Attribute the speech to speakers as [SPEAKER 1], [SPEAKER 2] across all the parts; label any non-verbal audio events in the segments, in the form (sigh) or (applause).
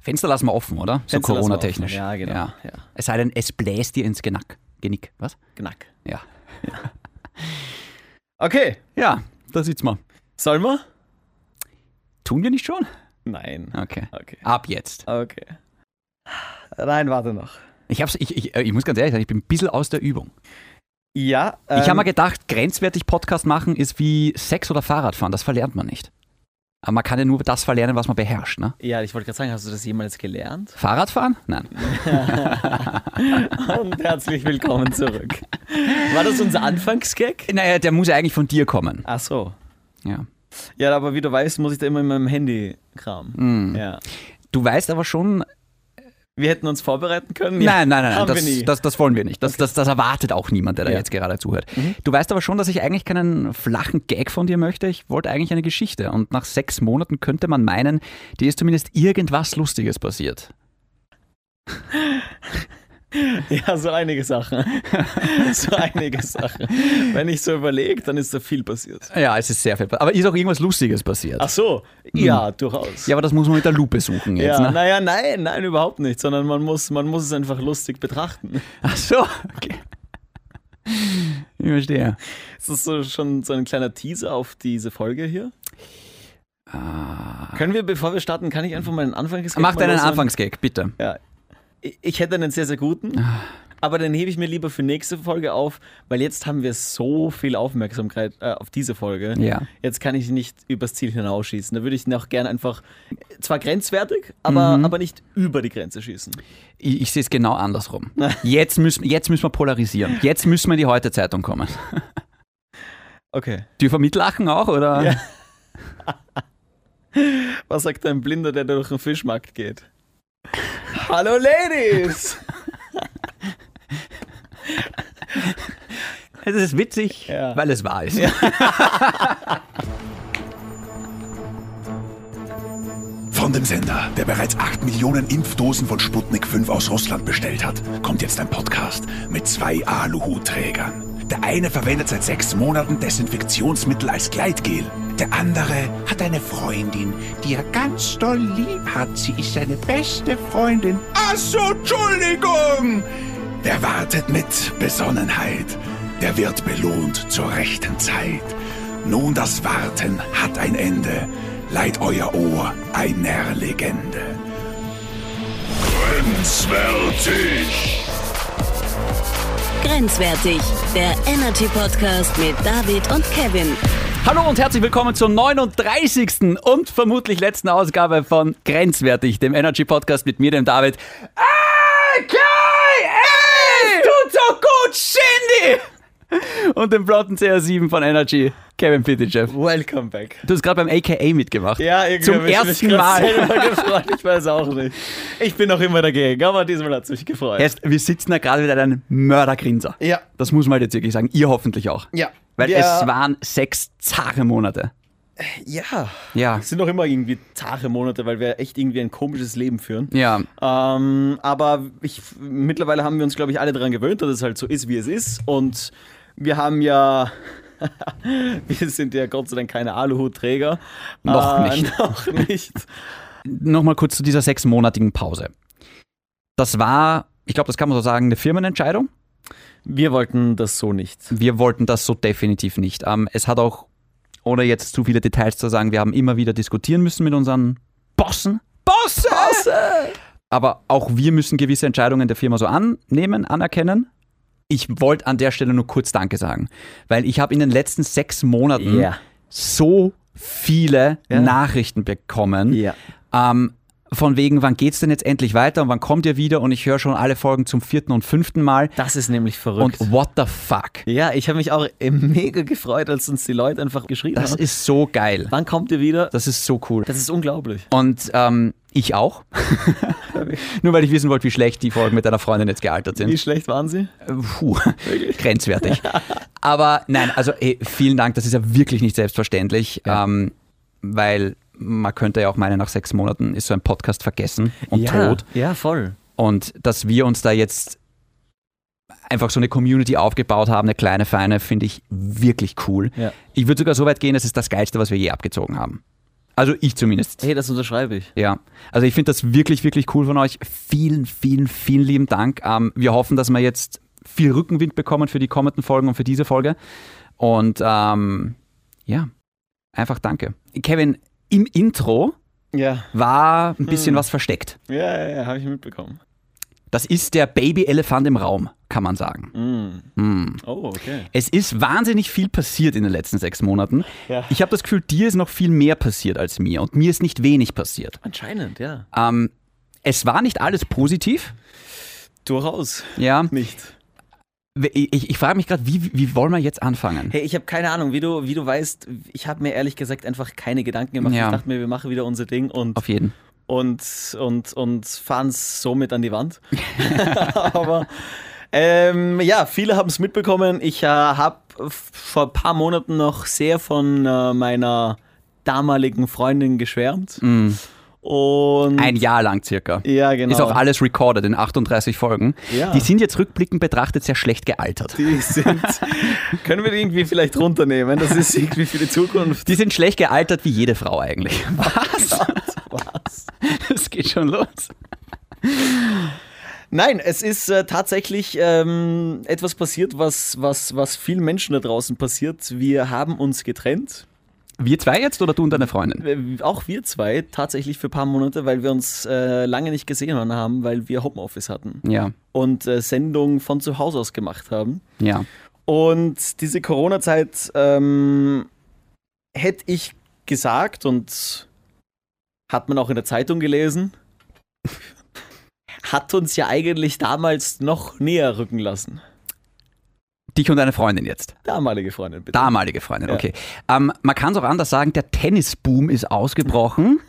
[SPEAKER 1] Fenster lassen wir offen, oder? So
[SPEAKER 2] Fenster lassen wir
[SPEAKER 1] Corona-technisch.
[SPEAKER 2] offen, ja, genau, ja.
[SPEAKER 1] Es sei denn, es bläst dir ins Genack. Genick, was?
[SPEAKER 2] Knack.
[SPEAKER 1] Ja.
[SPEAKER 2] (laughs) Okay,
[SPEAKER 1] Ja, da sieht's mal.
[SPEAKER 2] sollen wir?
[SPEAKER 1] Tun wir nicht schon?
[SPEAKER 2] Nein.
[SPEAKER 1] Okay.
[SPEAKER 2] Okay.
[SPEAKER 1] Ab jetzt.
[SPEAKER 2] Okay. (sighs) Nein, warte noch.
[SPEAKER 1] Ich, hab's, ich, äh, ich, ich muss ganz ehrlich sagen, ich bin ein bisschen aus der Übung.
[SPEAKER 2] Ja,
[SPEAKER 1] ich habe
[SPEAKER 2] ähm,
[SPEAKER 1] mal gedacht, grenzwertig Podcast machen ist wie Sex oder Fahrradfahren. Das verlernt man nicht. Aber man kann ja nur das verlernen, was man beherrscht. Ne?
[SPEAKER 2] ja, ich wollte gerade sagen, hast du das jemals gelernt?
[SPEAKER 1] Fahrradfahren? Nein.
[SPEAKER 2] (laughs) Und herzlich willkommen zurück. War das unser Anfangsgag?
[SPEAKER 1] Naja, der muss ja eigentlich von dir kommen.
[SPEAKER 2] Ach so.
[SPEAKER 1] Ja.
[SPEAKER 2] Ja, aber wie du weißt, muss ich da immer in meinem Handy kramen. Ja.
[SPEAKER 1] Hm. Du weißt aber schon,
[SPEAKER 2] Wir hätten uns vorbereiten können.
[SPEAKER 1] Nein, nein, nein, nein
[SPEAKER 2] Haben
[SPEAKER 1] das,
[SPEAKER 2] wir nie.
[SPEAKER 1] Das, das wollen wir nicht. Das, das, das erwartet auch niemand, der da
[SPEAKER 2] Ja.
[SPEAKER 1] jetzt gerade zuhört. Du weißt aber schon, dass ich eigentlich keinen flachen Gag von dir möchte. Ich wollte eigentlich eine Geschichte. Und nach sechs Monaten könnte man meinen, dir ist zumindest irgendwas Lustiges passiert.
[SPEAKER 2] (laughs) Ja, so einige Sachen. (laughs) so einige Sachen. Wenn ich so überlege, dann ist da viel passiert.
[SPEAKER 1] Ja, es ist sehr viel. Aber ist auch irgendwas Lustiges passiert.
[SPEAKER 2] Ach so, ja, durchaus.
[SPEAKER 1] Hm. Ja, aber das muss man mit der Lupe suchen jetzt.
[SPEAKER 2] ja,
[SPEAKER 1] ne?
[SPEAKER 2] naja, nein, nein, überhaupt nicht, sondern man muss, man muss es einfach lustig betrachten.
[SPEAKER 1] Ach so. Okay. Ich verstehe.
[SPEAKER 2] Ist das so schon so ein kleiner Teaser auf diese Folge hier? Können wir, bevor wir starten, kann ich einfach mal einen Anfangsgag
[SPEAKER 1] Ah. Mach
[SPEAKER 2] mal
[SPEAKER 1] deinen
[SPEAKER 2] loswerden?
[SPEAKER 1] Anfangsgag, bitte.
[SPEAKER 2] Ja. Ich- Ich hätte einen sehr, sehr guten,
[SPEAKER 1] Ah.
[SPEAKER 2] aber den hebe ich mir lieber für nächste Folge auf, weil jetzt haben wir so viel Aufmerksamkeit äh, auf diese Folge.
[SPEAKER 1] Ja.
[SPEAKER 2] Jetzt kann ich nicht übers Ziel hinausschießen. Da würde ich noch gern einfach, zwar grenzwertig, aber,
[SPEAKER 1] Mhm.
[SPEAKER 2] aber nicht über die Grenze schießen.
[SPEAKER 1] Ich, ich sehe es genau andersrum. Jetzt müssen, jetzt müssen wir polarisieren. Jetzt müssen wir in die Heute-Zeitung kommen.
[SPEAKER 2] Okay.
[SPEAKER 1] Dürfen wir mitlachen auch, oder?
[SPEAKER 2] Ja. Was sagt ein Blinder, der durch den Fischmarkt geht? Hallo
[SPEAKER 1] (laughs)
[SPEAKER 2] Ladies!
[SPEAKER 1] Es ist witzig,
[SPEAKER 2] Ja.
[SPEAKER 1] weil es wahr ist.
[SPEAKER 3] Von dem Sender, der bereits 8 Millionen Impfdosen von Sputnik 5 aus Russland bestellt hat, kommt jetzt ein Podcast mit zwei Aluhutträgern. Der eine verwendet seit sechs Monaten Desinfektionsmittel als Gleitgel. Der andere hat eine Freundin, die er ganz doll lieb hat. Sie ist seine beste Freundin. Ach so, Entschuldigung! Der wartet mit Besonnenheit. Der wird belohnt zur rechten Zeit. Nun das Warten hat ein Ende. Leid euer Ohr einer Legende. Grenzwertig.
[SPEAKER 4] Grenzwertig, der Energy Podcast mit David und Kevin.
[SPEAKER 1] Hallo und herzlich willkommen zur 39. und vermutlich letzten Ausgabe von Grenzwertig, dem Energy Podcast mit mir, dem David. Okay, es tut so gut, Shindy! Und dem blonden CR7 von Energy, Kevin Pitychev.
[SPEAKER 2] Welcome back.
[SPEAKER 1] Du hast gerade beim AKA mitgemacht.
[SPEAKER 2] Ja, irgendwie
[SPEAKER 1] Zum
[SPEAKER 2] hab ich
[SPEAKER 1] ersten
[SPEAKER 2] mich
[SPEAKER 1] Mal.
[SPEAKER 2] grad Selber gefreut. Ich weiß auch nicht. Ich bin noch immer dagegen, aber diesmal hat es mich gefreut.
[SPEAKER 1] Erst, wir sitzen da gerade wieder einem Mördergrinser.
[SPEAKER 2] Ja.
[SPEAKER 1] Das muss man halt jetzt wirklich sagen. Ihr hoffentlich auch.
[SPEAKER 2] Ja.
[SPEAKER 1] Weil
[SPEAKER 2] Ja.
[SPEAKER 1] es waren sechs zahre Monate.
[SPEAKER 2] ja.
[SPEAKER 1] Ja.
[SPEAKER 2] Es sind noch immer irgendwie zahre Monate, weil wir echt irgendwie ein komisches Leben führen.
[SPEAKER 1] Ja.
[SPEAKER 2] Ähm, aber ich, mittlerweile haben wir uns, glaube ich, alle daran gewöhnt, dass es halt so ist, wie es ist. Und wir haben ja. (laughs) wir sind ja Gott sei Dank keine Aluhutträger. Äh,
[SPEAKER 1] Noch nicht.
[SPEAKER 2] (laughs) Noch nicht.
[SPEAKER 1] Nochmal kurz zu dieser sechsmonatigen Pause. Das war, ich glaube, das kann man so sagen, eine Firmenentscheidung.
[SPEAKER 2] Wir wollten das so nicht.
[SPEAKER 1] Wir wollten das so definitiv nicht. Ähm, es hat auch, ohne jetzt zu viele Details zu sagen, wir haben immer wieder diskutieren müssen mit unseren Bossen. Bosse! Aber auch wir müssen gewisse Entscheidungen der Firma so annehmen, anerkennen. Ich wollte an der Stelle nur kurz Danke sagen, weil ich habe in den letzten sechs Monaten
[SPEAKER 2] Ja.
[SPEAKER 1] so viele Nachrichten bekommen.
[SPEAKER 2] Ja.
[SPEAKER 1] Ähm, von wegen, wann geht's denn jetzt endlich weiter und wann kommt ihr wieder? Und ich höre schon alle Folgen zum vierten und fünften Mal.
[SPEAKER 2] Das ist nämlich verrückt.
[SPEAKER 1] Und what the fuck?
[SPEAKER 2] ja, ich habe mich auch äh, mega gefreut, als uns die Leute einfach geschrieben
[SPEAKER 1] Das
[SPEAKER 2] haben.
[SPEAKER 1] ist so geil.
[SPEAKER 2] Wann kommt ihr wieder?
[SPEAKER 1] Das ist so cool.
[SPEAKER 2] Das ist unglaublich.
[SPEAKER 1] Und ähm, ich auch. (laughs) Nur weil ich wissen wollte, wie schlecht die Folgen mit deiner Freundin jetzt gealtert
[SPEAKER 2] Wie
[SPEAKER 1] sind.
[SPEAKER 2] schlecht waren sie?
[SPEAKER 1] Puh, grenzwertig. Aber nein, also ey, vielen Dank, das ist ja wirklich nicht selbstverständlich, ähm, weil man könnte ja auch meinen, nach sechs Monaten ist so ein Podcast vergessen und tot.
[SPEAKER 2] Ja, voll.
[SPEAKER 1] Und dass wir uns da jetzt einfach so eine Community aufgebaut haben, eine kleine Feine, finde ich wirklich cool.
[SPEAKER 2] Ja.
[SPEAKER 1] (laughs) Ich würde sogar so weit gehen, das ist das Geilste, was wir je abgezogen haben. Also ich zumindest.
[SPEAKER 2] Hey, das unterschreibe ich.
[SPEAKER 1] Ja, also ich finde das wirklich, wirklich cool von euch. Vielen, vielen, vielen lieben Dank. Ähm, wir hoffen, dass wir jetzt viel Rückenwind bekommen für die kommenden Folgen und für diese Folge. Und ähm, ja, einfach danke. Kevin, im Intro
[SPEAKER 2] Ja,
[SPEAKER 1] war ein bisschen was versteckt.
[SPEAKER 2] ja, ja, ja habe ich mitbekommen.
[SPEAKER 1] Das ist der Baby-Elefant im Raum, kann man sagen. Mm.
[SPEAKER 2] Oh, okay.
[SPEAKER 1] Es ist wahnsinnig viel passiert in den letzten sechs Monaten.
[SPEAKER 2] Ja.
[SPEAKER 1] Ich habe das Gefühl, dir ist noch viel mehr passiert als mir und mir ist nicht wenig passiert.
[SPEAKER 2] Anscheinend, ja.
[SPEAKER 1] Ähm, es war nicht alles positiv.
[SPEAKER 2] Durchaus.
[SPEAKER 1] Ja,
[SPEAKER 2] Nicht.
[SPEAKER 1] ich, ich, ich frage mich gerade, wie, wie wollen wir jetzt anfangen?
[SPEAKER 2] Hey, ich habe keine Ahnung, wie du, wie du weißt, ich habe mir ehrlich gesagt einfach keine Gedanken gemacht.
[SPEAKER 1] Ja.
[SPEAKER 2] Ich dachte mir, wir machen wieder unser Ding und,
[SPEAKER 1] Auf jeden.
[SPEAKER 2] und, und, und fahren es somit an die Wand. (laughs) Aber ähm, ja, viele haben es mitbekommen. Ich äh, habe vor ein paar Monaten noch sehr von äh, meiner damaligen Freundin geschwärmt. Und
[SPEAKER 1] Mhm. Ein Jahr lang circa.
[SPEAKER 2] ja, genau.
[SPEAKER 1] Ist auch alles recorded in 38 Folgen.
[SPEAKER 2] Ja.
[SPEAKER 1] Die sind jetzt rückblickend betrachtet sehr schlecht gealtert.
[SPEAKER 2] (laughs) die sind. können wir die irgendwie vielleicht runternehmen? Das ist irgendwie für
[SPEAKER 1] (laughs)
[SPEAKER 2] die Zukunft.
[SPEAKER 1] Die sind schlecht gealtert wie jede Frau
[SPEAKER 2] (laughs)
[SPEAKER 1] eigentlich. Was?
[SPEAKER 2] Was?
[SPEAKER 1] Das geht schon los.
[SPEAKER 2] Nein, es ist äh, tatsächlich ähm, etwas passiert, was, was, was vielen Menschen da draußen passiert. Wir haben uns getrennt.
[SPEAKER 1] Wir zwei jetzt oder du und deine Freundin?
[SPEAKER 2] Äh, Auch wir zwei tatsächlich für ein paar Monate, weil wir uns äh, lange nicht gesehen haben, weil wir Homeoffice hatten
[SPEAKER 1] Ja,
[SPEAKER 2] und äh, Sendungen von zu Hause aus gemacht haben.
[SPEAKER 1] ja.
[SPEAKER 2] Und diese Corona-Zeit ähm, hätte ich gesagt und hat man auch in der Zeitung gelesen, (laughs) hat uns ja eigentlich damals noch näher rücken lassen.
[SPEAKER 1] Dich und deine Freundin jetzt.
[SPEAKER 2] Damalige Freundin, bitte.
[SPEAKER 1] Damalige Freundin,
[SPEAKER 2] Ja.
[SPEAKER 1] okay. Ähm, man kann es auch anders sagen, der Tennisboom ist ausgebrochen.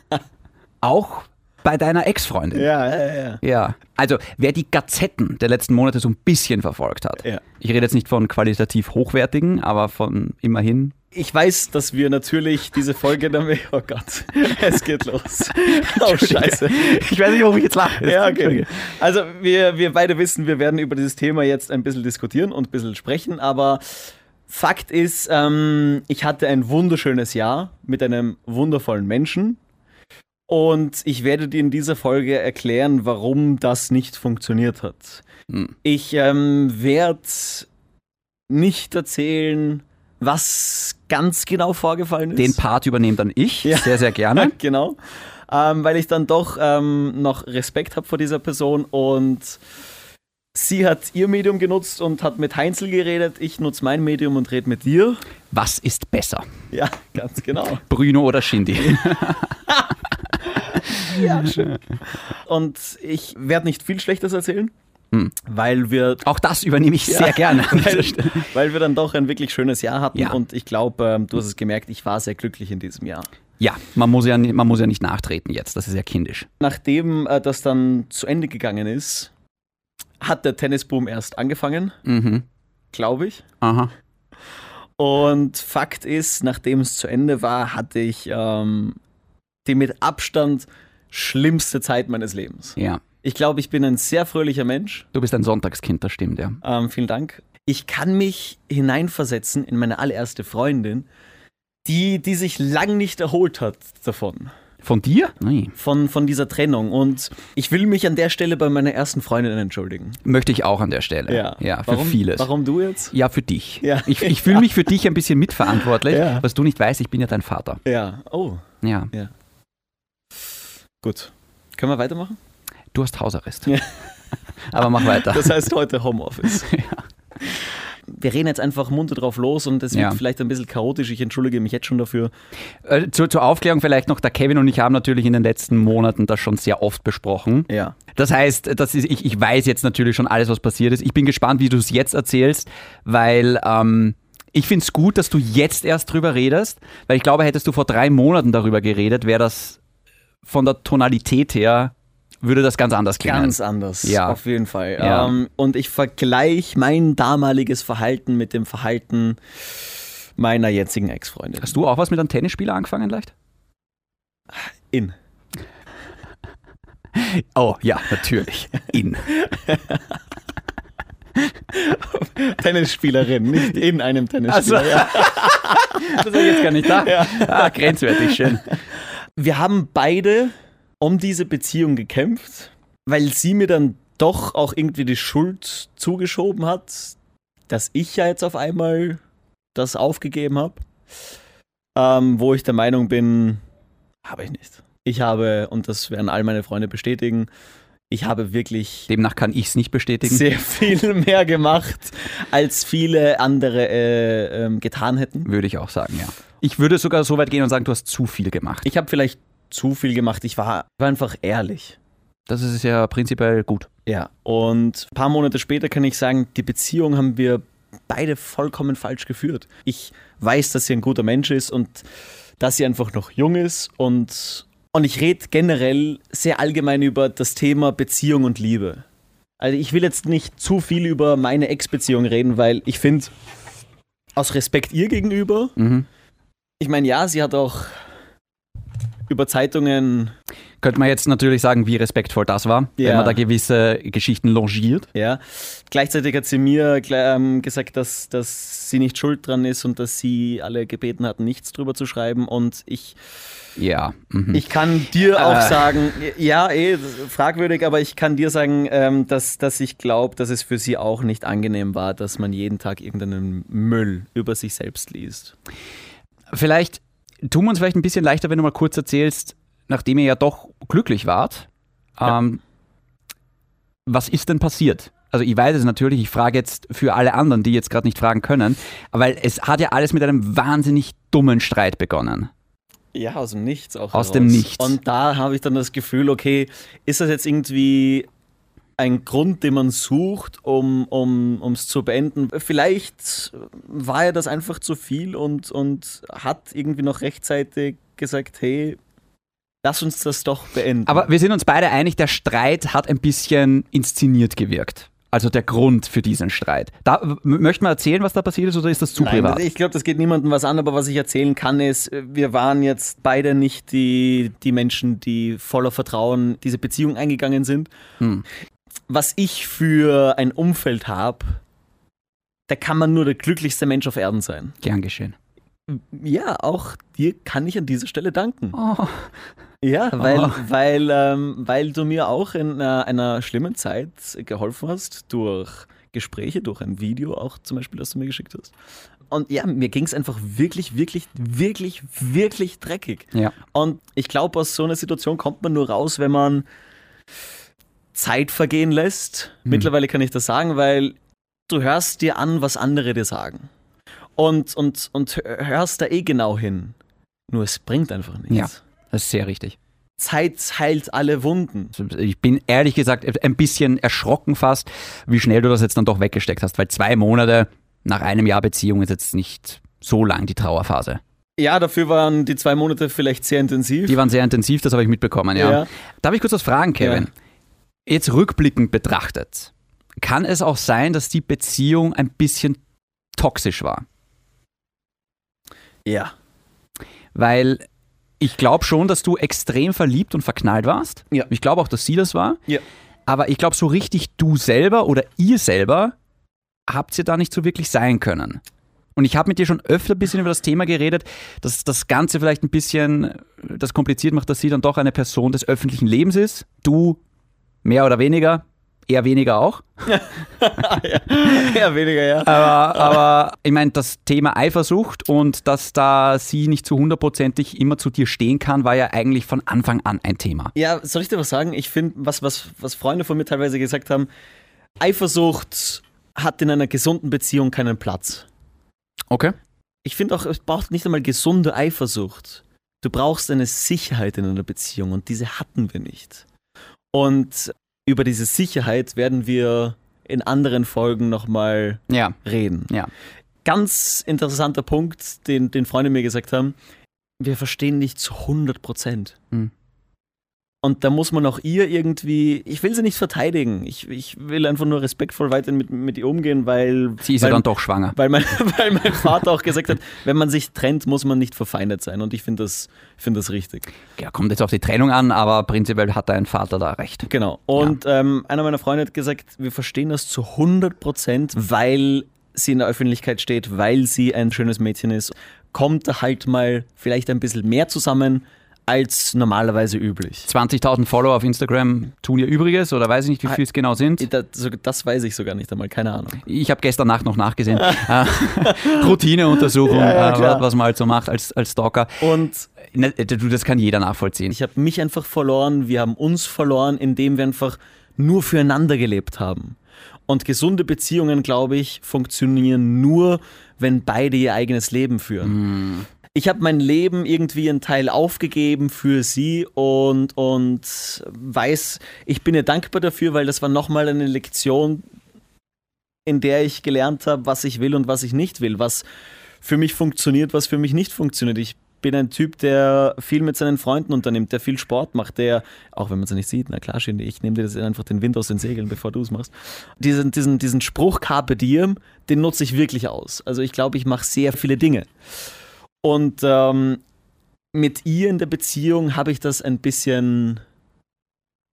[SPEAKER 1] auch bei deiner Ex-Freundin.
[SPEAKER 2] Ja, ja, ja.
[SPEAKER 1] Ja, also wer die Gazetten der letzten Monate so ein bisschen verfolgt hat,
[SPEAKER 2] Ja.
[SPEAKER 1] ich rede jetzt nicht von qualitativ hochwertigen, aber von immerhin.
[SPEAKER 2] Ich weiß, dass wir natürlich diese Folge damit. Oh Gott, (laughs) es geht los. Oh Scheiße.
[SPEAKER 1] Ich weiß nicht, warum ich jetzt (laughs) lache.
[SPEAKER 2] (laughs) Ja, okay. Also wir, wir beide wissen, wir werden über dieses Thema jetzt ein bisschen diskutieren und ein bisschen sprechen, aber Fakt ist, ähm, ich hatte ein wunderschönes Jahr mit einem wundervollen Menschen und ich werde dir in dieser Folge erklären, warum das nicht funktioniert hat. Ich ähm, werde nicht erzählen, was ganz genau vorgefallen ist.
[SPEAKER 1] Den Part übernehme dann ich,
[SPEAKER 2] Ja.
[SPEAKER 1] sehr, sehr gerne.
[SPEAKER 2] (laughs) Genau. Ähm, weil ich dann doch ähm, noch Respekt habe vor dieser Person und sie hat ihr Medium genutzt und hat mit Heinzel geredet. Ich nutze mein Medium und rede mit dir. (laughs)
[SPEAKER 1] Was ist besser,
[SPEAKER 2] Ja, ganz genau.
[SPEAKER 1] Bruno oder Shindy?
[SPEAKER 2] ja, schön. Und ich werde nicht viel Schlechtes erzählen, weil wir.
[SPEAKER 1] Auch das übernehme ich Hm. sehr gerne. an dieser (laughs)
[SPEAKER 2] (laughs) Weil,
[SPEAKER 1] Stelle.
[SPEAKER 2] weil wir dann doch ein wirklich schönes Jahr hatten
[SPEAKER 1] Ja.
[SPEAKER 2] und ich glaube, ähm, du hast es gemerkt, ich war sehr glücklich in diesem Jahr.
[SPEAKER 1] Ja, man muss ja, ni- man muss ja nicht nachtreten jetzt, das ist ja kindisch.
[SPEAKER 2] Nachdem äh, das dann zu Ende gegangen ist, hat der Tennisboom erst angefangen,
[SPEAKER 1] Mhm.
[SPEAKER 2] glaube ich.
[SPEAKER 1] Aha.
[SPEAKER 2] Und Fakt ist, nachdem es zu Ende war, hatte ich ähm, die mit Abstand schlimmste Zeit meines Lebens.
[SPEAKER 1] Ja.
[SPEAKER 2] Ich glaube, ich bin ein sehr fröhlicher Mensch.
[SPEAKER 1] Du bist ein Sonntagskind, das stimmt, ja.
[SPEAKER 2] Ähm, vielen Dank. Ich kann mich hineinversetzen in meine allererste Freundin, die, die sich lang nicht erholt hat davon,
[SPEAKER 1] Von dir? Nein.
[SPEAKER 2] von, von dieser Trennung. Und ich will mich an der Stelle bei meiner ersten Freundin entschuldigen.
[SPEAKER 1] Möchte ich auch an der Stelle. ja für
[SPEAKER 2] warum,
[SPEAKER 1] vieles.
[SPEAKER 2] Warum du jetzt?
[SPEAKER 1] Ja, für dich.
[SPEAKER 2] Ja.
[SPEAKER 1] Ich, ich fühle mich für dich ein bisschen mitverantwortlich.
[SPEAKER 2] Ja.
[SPEAKER 1] Was du nicht weißt, ich bin ja dein Vater.
[SPEAKER 2] Ja. Oh,
[SPEAKER 1] Ja.
[SPEAKER 2] gut. Können wir weitermachen?
[SPEAKER 1] Du hast Hausarrest.
[SPEAKER 2] Ja.
[SPEAKER 1] (laughs) Aber mach weiter.
[SPEAKER 2] Das heißt heute Homeoffice.
[SPEAKER 1] (laughs) Ja.
[SPEAKER 2] Wir reden jetzt einfach munter drauf los und es
[SPEAKER 1] Ja.
[SPEAKER 2] wird vielleicht ein bisschen chaotisch. Ich entschuldige mich jetzt schon dafür.
[SPEAKER 1] Äh, zur, zur Aufklärung vielleicht noch, der Kevin und ich haben natürlich in den letzten Monaten das schon sehr oft besprochen.
[SPEAKER 2] Ja.
[SPEAKER 1] Das heißt, das ist, ich, ich weiß jetzt natürlich schon alles, was passiert ist. Ich bin gespannt, wie du es jetzt erzählst, weil ähm, ich finde es gut, dass du jetzt erst drüber redest, weil ich glaube, hättest du vor drei Monaten darüber geredet, wäre das von der Tonalität her, würde das ganz anders klingen.
[SPEAKER 2] Ganz anders.
[SPEAKER 1] Ja.
[SPEAKER 2] Auf jeden Fall.
[SPEAKER 1] Ja.
[SPEAKER 2] Ähm, und ich vergleiche mein damaliges Verhalten mit dem Verhalten meiner jetzigen Ex-Freundin.
[SPEAKER 1] Hast du auch was mit einem Tennisspieler angefangen leicht?
[SPEAKER 2] In.
[SPEAKER 1] Oh ja, natürlich. (laughs) In.
[SPEAKER 2] Tennisspielerin, nicht in einem Tennisspieler.
[SPEAKER 1] Also- Das habe ich jetzt gar nicht da. Ah, grenzwertig, schön.
[SPEAKER 2] wir haben beide um diese Beziehung gekämpft, weil sie mir dann doch auch irgendwie die Schuld zugeschoben hat, dass ich ja jetzt auf einmal das aufgegeben habe. Ähm, wo ich der Meinung bin, habe ich nicht. Ich habe, und das werden all meine Freunde bestätigen, ich habe wirklich
[SPEAKER 1] Demnach kann ich es nicht bestätigen.
[SPEAKER 2] sehr viel (laughs) mehr gemacht, als viele andere äh, ähm, getan hätten.
[SPEAKER 1] würde ich auch sagen, ja. Ich würde sogar so weit gehen und sagen, du hast zu viel gemacht.
[SPEAKER 2] Ich habe vielleicht zu viel gemacht. Ich war, war einfach ehrlich.
[SPEAKER 1] Das ist ja prinzipiell gut.
[SPEAKER 2] Ja. Und ein paar Monate später kann ich sagen, die Beziehung haben wir beide vollkommen falsch geführt. Ich weiß, dass sie ein guter Mensch ist und dass sie einfach noch jung ist und, und ich rede generell sehr allgemein über das Thema Beziehung und Liebe. Also ich will jetzt nicht zu viel über meine Ex-Beziehung reden, weil ich finde, aus Respekt ihr gegenüber,
[SPEAKER 1] Mhm.
[SPEAKER 2] ich meine, ja, sie hat auch über Zeitungen,
[SPEAKER 1] Könnte man jetzt natürlich sagen, wie respektvoll das war, wenn
[SPEAKER 2] Ja.
[SPEAKER 1] man da gewisse Geschichten longiert.
[SPEAKER 2] ja. Gleichzeitig hat sie mir gle- ähm, gesagt, dass, dass sie nicht schuld dran ist und dass sie alle gebeten hat, nichts drüber zu schreiben. Und ich,
[SPEAKER 1] Ja. Mhm.
[SPEAKER 2] ich kann dir auch
[SPEAKER 1] Äh.
[SPEAKER 2] sagen, ja, eh, das ist fragwürdig, aber ich kann dir sagen, ähm, dass, dass ich glaube, dass es für sie auch nicht angenehm war, dass man jeden Tag irgendeinen Müll über sich selbst liest.
[SPEAKER 1] vielleicht tun wir uns vielleicht ein bisschen leichter, wenn du mal kurz erzählst, nachdem ihr ja doch glücklich wart. Ähm, was ist denn passiert? Also ich weiß es natürlich, ich frage jetzt für alle anderen, die jetzt gerade nicht fragen können, weil es hat ja alles mit einem wahnsinnig dummen Streit begonnen.
[SPEAKER 2] Ja, aus dem Nichts auch.
[SPEAKER 1] Aus dem Nichts.
[SPEAKER 2] Und da habe ich dann das Gefühl, okay, ist das jetzt irgendwie ein Grund, den man sucht, um es zu beenden? Vielleicht war ja das einfach zu viel und, und hat irgendwie noch rechtzeitig gesagt, hey, lass uns das doch beenden.
[SPEAKER 1] Aber wir sind uns beide einig, der Streit hat ein bisschen inszeniert gewirkt. Also der Grund für diesen Streit. Da m- möchten wir erzählen, was da passiert ist, oder ist das zu
[SPEAKER 2] Nein,
[SPEAKER 1] privat?
[SPEAKER 2] das- ich glaube, das geht niemandem was an, aber was ich erzählen kann, ist, wir waren jetzt beide nicht die, die Menschen, die voller Vertrauen diese Beziehung eingegangen sind.
[SPEAKER 1] Hm.
[SPEAKER 2] Was ich für ein Umfeld habe, da kann man nur der glücklichste Mensch auf Erden sein.
[SPEAKER 1] Gern geschehen.
[SPEAKER 2] Ja, auch dir kann ich an dieser Stelle danken.
[SPEAKER 1] Oh.
[SPEAKER 2] Ja, weil,
[SPEAKER 1] Oh.
[SPEAKER 2] weil, ähm, weil du mir auch in einer, einer schlimmen Zeit geholfen hast, durch Gespräche, durch ein Video auch zum Beispiel, das du mir geschickt hast. Und ja, mir ging es einfach wirklich, wirklich, wirklich, wirklich dreckig.
[SPEAKER 1] Ja.
[SPEAKER 2] Und ich glaube, aus so einer Situation kommt man nur raus, wenn man Zeit vergehen lässt.
[SPEAKER 1] Hm.
[SPEAKER 2] Mittlerweile kann ich das sagen, weil du hörst dir an, was andere dir sagen. Und, und, und hörst da eh genau hin. Nur es bringt einfach nichts.
[SPEAKER 1] Ja. Das ist sehr richtig. Also,
[SPEAKER 2] Zeit heilt alle Wunden.
[SPEAKER 1] Ich bin ehrlich gesagt e-, ein bisschen erschrocken fast, wie schnell du das jetzt dann doch weggesteckt hast, weil zwei Monate nach einem Jahr Beziehung ist jetzt nicht so lang die Trauerphase.
[SPEAKER 2] Ja, dafür waren die zwei Monate vielleicht sehr intensiv.
[SPEAKER 1] Die waren sehr intensiv, das habe ich mitbekommen, ja.
[SPEAKER 2] Ja.
[SPEAKER 1] Darf ich kurz was fragen, Kevin?
[SPEAKER 2] Ja.
[SPEAKER 1] Jetzt rückblickend betrachtet, kann es auch sein, dass die Beziehung ein bisschen toxisch war?
[SPEAKER 2] ja.
[SPEAKER 1] Weil ich glaube schon, dass du extrem verliebt und verknallt warst.
[SPEAKER 2] Ja.
[SPEAKER 1] Ich glaube auch, dass sie das war.
[SPEAKER 2] Ja.
[SPEAKER 1] Aber ich glaube, so richtig du selber oder ihr selber habt ihr da nicht so wirklich sein können. Und ich habe mit dir schon öfter ein bisschen über das Thema geredet, dass das Ganze vielleicht ein bisschen äh, das kompliziert macht, dass sie dann doch eine Person des öffentlichen Lebens ist. Du mehr oder weniger, eher weniger auch.
[SPEAKER 2] (laughs) ja, weniger, ja.
[SPEAKER 1] Aber, aber ich meine, das Thema Eifersucht und dass da sie nicht zu hundertprozentig immer zu dir stehen kann, war ja eigentlich von Anfang an ein Thema.
[SPEAKER 2] Ja, soll ich dir was sagen? Ich finde, was, was, was Freunde von mir teilweise gesagt haben, Eifersucht hat in einer gesunden Beziehung keinen Platz.
[SPEAKER 1] Okay.
[SPEAKER 2] Ich finde auch, es braucht nicht einmal gesunde Eifersucht. Du brauchst eine Sicherheit in einer Beziehung und diese hatten wir nicht. Und über diese Sicherheit werden wir in anderen Folgen nochmal
[SPEAKER 1] Ja.
[SPEAKER 2] reden.
[SPEAKER 1] Ja.
[SPEAKER 2] Ganz interessanter Punkt, den, den Freunde mir gesagt haben. Wir verstehen nicht zu 100 Prozent.
[SPEAKER 1] Hm.
[SPEAKER 2] Und da muss man auch ihr irgendwie, ich will sie nicht verteidigen. Ich, ich will einfach nur respektvoll weiterhin mit, mit ihr umgehen, weil,
[SPEAKER 1] Sie ist
[SPEAKER 2] weil,
[SPEAKER 1] ja dann doch schwanger.
[SPEAKER 2] weil, mein, (laughs) weil mein Vater auch gesagt hat, wenn man sich trennt, muss man nicht verfeindet sein. Und ich finde das, find das richtig.
[SPEAKER 1] Ja, kommt jetzt auf die Trennung an, aber prinzipiell hat dein Vater da recht.
[SPEAKER 2] Genau. Und ähm, einer meiner Freunde hat gesagt, wir verstehen das zu 100 Prozent, weil sie in der Öffentlichkeit steht, weil sie ein schönes Mädchen ist. Kommt da halt mal vielleicht ein bisschen mehr zusammen, als normalerweise üblich.
[SPEAKER 1] 20.000 Follower auf Instagram tun ihr Übriges oder weiß ich
[SPEAKER 2] Ah,
[SPEAKER 1] nicht, wie viel es genau sind.
[SPEAKER 2] Das, das weiß ich sogar nicht einmal, keine Ahnung.
[SPEAKER 1] Ich habe gestern Nacht noch
[SPEAKER 2] (laughs)
[SPEAKER 1] nachgesehen. Äh, (laughs) Routineuntersuchung,
[SPEAKER 2] ja,
[SPEAKER 1] äh,
[SPEAKER 2] klar.
[SPEAKER 1] was man halt so macht als, als Stalker.
[SPEAKER 2] Und
[SPEAKER 1] Ne, du, das kann jeder nachvollziehen.
[SPEAKER 2] ich habe mich einfach verloren, wir haben uns verloren, indem wir einfach nur füreinander gelebt haben. Und gesunde Beziehungen, glaube ich, funktionieren nur, wenn beide ihr eigenes Leben führen. Ich habe mein Leben irgendwie einen Teil aufgegeben für sie und, und weiß, ich bin ihr dankbar dafür, weil das war nochmal eine Lektion, in der ich gelernt habe, was ich will und was ich nicht will, was für mich funktioniert, was für mich nicht funktioniert. Ich bin ein Typ, der viel mit seinen Freunden unternimmt, der viel Sport macht, der, auch wenn man es nicht sieht, na klar, Schindy, ich nehme dir das einfach den Wind aus den Segeln, bevor du es machst. Diesen, diesen, diesen Spruch Carpe Diem, den nutze ich wirklich aus. Also ich glaube, ich mache sehr viele Dinge. Und ähm, mit ihr in der Beziehung habe ich das ein bisschen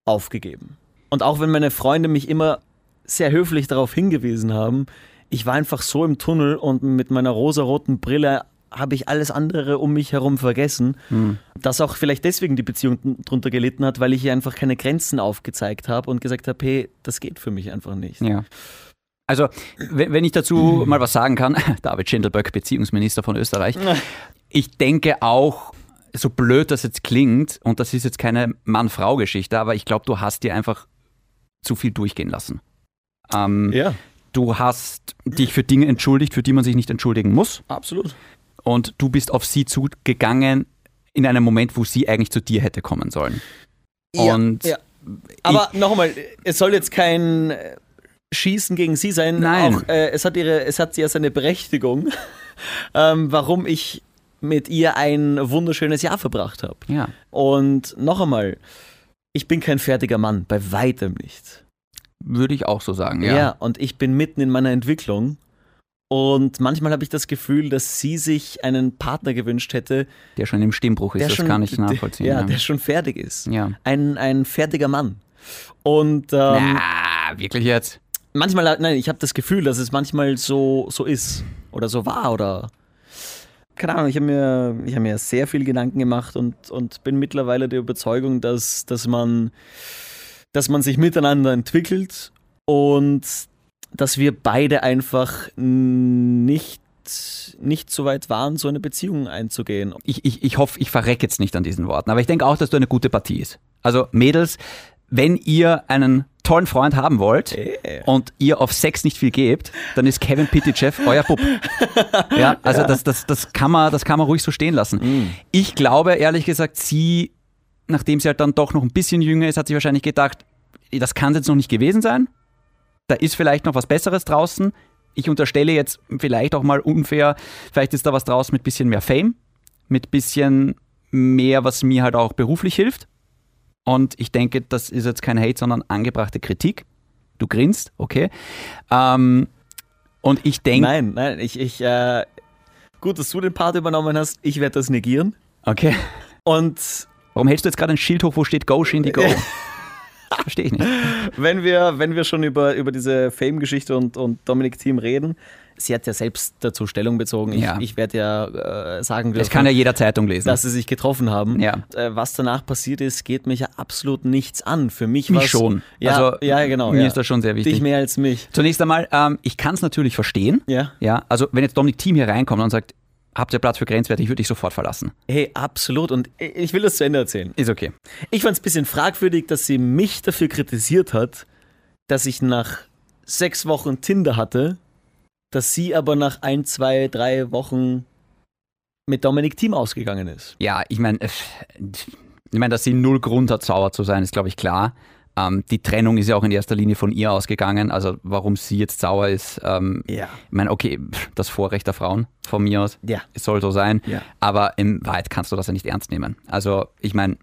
[SPEAKER 2] aufgegeben. Und auch wenn meine Freunde mich immer sehr höflich darauf hingewiesen haben, ich war einfach so im Tunnel und mit meiner rosaroten Brille habe ich alles andere um mich herum vergessen,
[SPEAKER 1] Hm.
[SPEAKER 2] dass auch vielleicht deswegen die Beziehung n- drunter gelitten hat, weil ich ihr einfach keine Grenzen aufgezeigt habe und gesagt habe, hey, das geht für mich einfach nicht.
[SPEAKER 1] Ja. Also, wenn wenn ich
[SPEAKER 2] (laughs)
[SPEAKER 1] dazu mal was sagen kann, (laughs) David Schindelböck, Beziehungsminister von Österreich, ich denke auch, so blöd das jetzt klingt, und das ist jetzt keine Mann-Frau-Geschichte, aber ich glaube, du hast dir einfach zu viel durchgehen lassen. Ähm,
[SPEAKER 2] Ja,
[SPEAKER 1] Du hast dich für Dinge entschuldigt, für die man sich nicht entschuldigen muss,
[SPEAKER 2] absolut.
[SPEAKER 1] und du bist auf sie zugegangen in einem Moment, wo sie eigentlich zu dir hätte kommen sollen. Und
[SPEAKER 2] ja. Aber nochmal, es soll jetzt kein äh, Schießen gegen sie sein.
[SPEAKER 1] Nein.
[SPEAKER 2] Auch, äh, es, hat ihre, es hat ja seine Berechtigung, (laughs) ähm, warum ich mit ihr ein wunderschönes Jahr verbracht habe.
[SPEAKER 1] ja.
[SPEAKER 2] Und noch einmal, ich bin kein fertiger Mann, bei weitem nicht.
[SPEAKER 1] würde ich auch so sagen.
[SPEAKER 2] Ja.
[SPEAKER 1] Ja.
[SPEAKER 2] und ich bin mitten in meiner Entwicklung. Und manchmal habe ich das Gefühl, dass sie sich einen Partner gewünscht hätte,
[SPEAKER 1] Der schon im Stimmbruch ist,
[SPEAKER 2] der
[SPEAKER 1] das
[SPEAKER 2] schon,
[SPEAKER 1] kann ich nachvollziehen.
[SPEAKER 2] Ja,
[SPEAKER 1] ja.
[SPEAKER 2] der schon fertig ist.
[SPEAKER 1] Ja.
[SPEAKER 2] Ein, ein fertiger Mann. Und ähm,
[SPEAKER 1] Na, wirklich jetzt?
[SPEAKER 2] manchmal, nein, ich habe das Gefühl, dass es manchmal so, so ist oder so war oder. Keine Ahnung, ich habe mir, ich hab mir sehr viel Gedanken gemacht und, und bin mittlerweile der Überzeugung, dass, dass, man, dass man sich miteinander entwickelt und dass wir beide einfach nicht, nicht so weit waren, so eine Beziehung einzugehen.
[SPEAKER 1] Ich, ich, ich hoffe, ich verrecke jetzt nicht an diesen Worten, aber ich denke auch, dass du eine gute Partie ist. Also Mädels, wenn ihr einen tollen Freund haben wollt und ihr auf Sex nicht viel gebt, dann ist Kevin Pitychev euer Bub. Ja, also Das, das, das, kann man, das kann man ruhig so stehen lassen. Ich glaube, ehrlich gesagt, sie, nachdem sie halt dann doch noch ein bisschen jünger ist, hat sie wahrscheinlich gedacht, das kann es jetzt noch nicht gewesen sein. da ist vielleicht noch was Besseres draußen. Ich unterstelle jetzt vielleicht auch mal unfair, vielleicht ist da was draußen mit bisschen mehr Fame, mit bisschen mehr, was mir halt auch beruflich hilft. Und ich denke, das ist jetzt kein Hate, sondern angebrachte Kritik. Du grinst, okay. Ähm, und ich denke,
[SPEAKER 2] Nein, nein, ich, ich äh, gut, dass du den Part übernommen hast, ich werde das negieren.
[SPEAKER 1] okay.
[SPEAKER 2] Und
[SPEAKER 1] Warum hältst du jetzt gerade ein Schild hoch, wo steht Go, Shindy,
[SPEAKER 2] (laughs)
[SPEAKER 1] Go? Verstehe ich nicht.
[SPEAKER 2] Wenn wir, wenn wir schon über, über diese Fame-Geschichte und, und Dominik Thiem reden, sie hat ja selbst dazu Stellung bezogen. Ich,
[SPEAKER 1] Ja.
[SPEAKER 2] ich werde ja äh, sagen
[SPEAKER 1] Das
[SPEAKER 2] dürfen,
[SPEAKER 1] kann ja jeder Zeitung lesen.
[SPEAKER 2] dass sie sich getroffen haben.
[SPEAKER 1] Ja.
[SPEAKER 2] Äh, was danach passiert ist, geht mich ja absolut nichts an. Für mich
[SPEAKER 1] Mich
[SPEAKER 2] war's-
[SPEAKER 1] schon.
[SPEAKER 2] Ja,
[SPEAKER 1] Also,
[SPEAKER 2] ja genau.
[SPEAKER 1] mir
[SPEAKER 2] ja.
[SPEAKER 1] ist das schon sehr wichtig.
[SPEAKER 2] Dich mehr als mich.
[SPEAKER 1] Zunächst einmal, ähm, ich kann es natürlich verstehen.
[SPEAKER 2] Ja.
[SPEAKER 1] Ja, also wenn jetzt Dominik Thiem hier reinkommt und sagt, habt ihr Platz für Grenzwerte, ich würde dich sofort verlassen.
[SPEAKER 2] Hey, absolut. Und ich- ich will das zu Ende erzählen.
[SPEAKER 1] Ist okay.
[SPEAKER 2] Ich fand es ein bisschen fragwürdig, dass sie mich dafür kritisiert hat, dass ich nach sechs Wochen Tinder hatte, dass sie aber nach ein, zwei, drei Wochen mit Dominik Thiem ausgegangen ist.
[SPEAKER 1] Ja, ich meine, äh, ich meine, dass sie null Grund hat, sauer zu sein, ist, glaube ich, klar. Ähm, die Trennung ist ja auch in erster Linie von ihr ausgegangen. Also warum sie jetzt sauer ist, ähm,
[SPEAKER 2] Ja.
[SPEAKER 1] ich meine, okay, pff, das Vorrecht der Frauen von mir aus.
[SPEAKER 2] Ja.
[SPEAKER 1] Es soll so sein.
[SPEAKER 2] Ja.
[SPEAKER 1] Aber in Wahrheit kannst du das ja nicht ernst nehmen. Also, ich meine,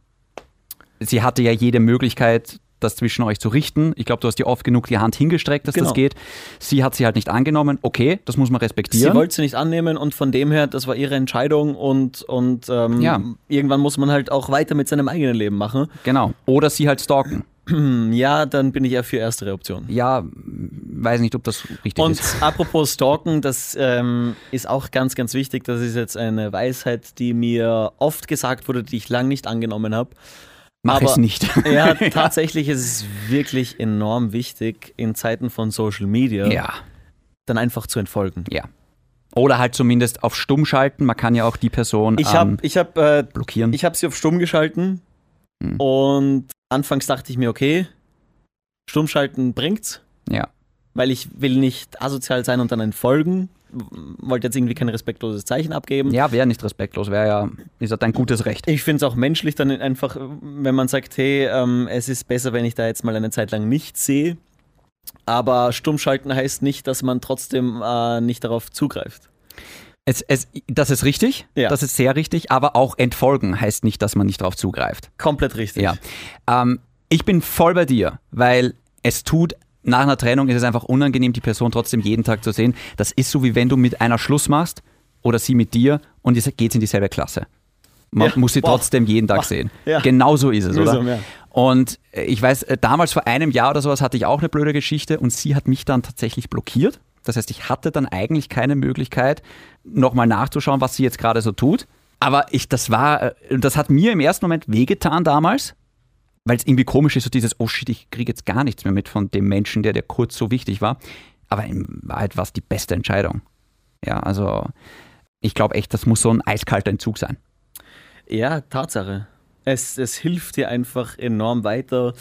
[SPEAKER 1] sie hatte ja jede Möglichkeit, das zwischen euch zu richten. Ich glaube, du hast dir oft genug die Hand hingestreckt, dass
[SPEAKER 2] Genau.
[SPEAKER 1] das geht. Sie hat sie halt nicht angenommen. Okay, das muss man
[SPEAKER 2] Sie
[SPEAKER 1] respektieren.
[SPEAKER 2] wollte sie nicht annehmen und von dem her, das war ihre Entscheidung und, und ähm,
[SPEAKER 1] Ja.
[SPEAKER 2] irgendwann muss man halt auch weiter mit seinem eigenen Leben machen.
[SPEAKER 1] genau. Oder sie halt stalken.
[SPEAKER 2] Ja, dann bin ich ja für erstere Option.
[SPEAKER 1] Ja, weiß nicht, ob das richtig
[SPEAKER 2] Und (laughs)
[SPEAKER 1] ist.
[SPEAKER 2] apropos Stalken, das ähm, ist auch ganz, ganz wichtig. Das ist jetzt eine Weisheit, die mir oft gesagt wurde, die ich lang nicht angenommen habe.
[SPEAKER 1] Mach
[SPEAKER 2] aber-
[SPEAKER 1] es nicht.
[SPEAKER 2] Ja, (laughs) tatsächlich ist es wirklich enorm wichtig, in Zeiten von Social Media
[SPEAKER 1] ja.
[SPEAKER 2] dann einfach zu entfolgen.
[SPEAKER 1] Oder halt zumindest auf stumm schalten. Man kann ja auch die Person
[SPEAKER 2] Ich
[SPEAKER 1] ähm,
[SPEAKER 2] habe ich hab, äh,
[SPEAKER 1] blockieren.
[SPEAKER 2] ich hab sie auf stumm geschalten Hm.
[SPEAKER 1] Mhm.
[SPEAKER 2] und anfangs dachte ich mir, okay, stumm schalten bringt's,
[SPEAKER 1] ja.
[SPEAKER 2] weil ich will nicht asozial sein und dann entfolgen. Wollte jetzt irgendwie kein respektloses Zeichen abgeben.
[SPEAKER 1] ja, wäre nicht respektlos. Wäre ja, ist halt ein gutes Recht.
[SPEAKER 2] Ich finde es auch menschlich dann einfach, wenn man sagt, hey, ähm, es ist besser, wenn ich da jetzt mal eine Zeit lang nichts sehe. Aber stummschalten heißt nicht, dass man trotzdem äh, nicht darauf zugreift.
[SPEAKER 1] Es, es, das ist richtig.
[SPEAKER 2] Ja.
[SPEAKER 1] Das ist sehr richtig. Aber auch entfolgen heißt nicht, dass man nicht drauf zugreift.
[SPEAKER 2] Komplett richtig.
[SPEAKER 1] Ja. Ähm, ich bin voll bei dir, weil es tut. Nach einer Trennung ist es einfach unangenehm, die Person trotzdem jeden Tag zu sehen. Das ist so, wie wenn du mit einer Schluss machst oder sie mit dir und ihr geht in dieselbe Klasse. Man
[SPEAKER 2] Ja,
[SPEAKER 1] muss sie
[SPEAKER 2] boah.
[SPEAKER 1] trotzdem jeden Tag sehen.
[SPEAKER 2] Ja.
[SPEAKER 1] Genau so ist es,
[SPEAKER 2] Mühsam,
[SPEAKER 1] oder?
[SPEAKER 2] ja.
[SPEAKER 1] Und äh, ich weiß, äh, damals vor einem Jahr oder sowas hatte ich auch eine blöde Geschichte und sie hat mich dann tatsächlich blockiert. Das heißt, ich hatte dann eigentlich keine Möglichkeit, nochmal nachzuschauen, was sie jetzt gerade so tut. Aber ich, das war, äh, das hat mir im ersten Moment wehgetan damals, weil es irgendwie komisch ist, so dieses, oh shit, ich kriege jetzt gar nichts mehr mit von dem Menschen, der dir kurz so wichtig war. Aber in Wahrheit war es die beste Entscheidung. Ja, also ich glaube echt, das muss so ein eiskalter Entzug sein.
[SPEAKER 2] Ja, Tatsache. Es, es hilft dir einfach enorm weiter,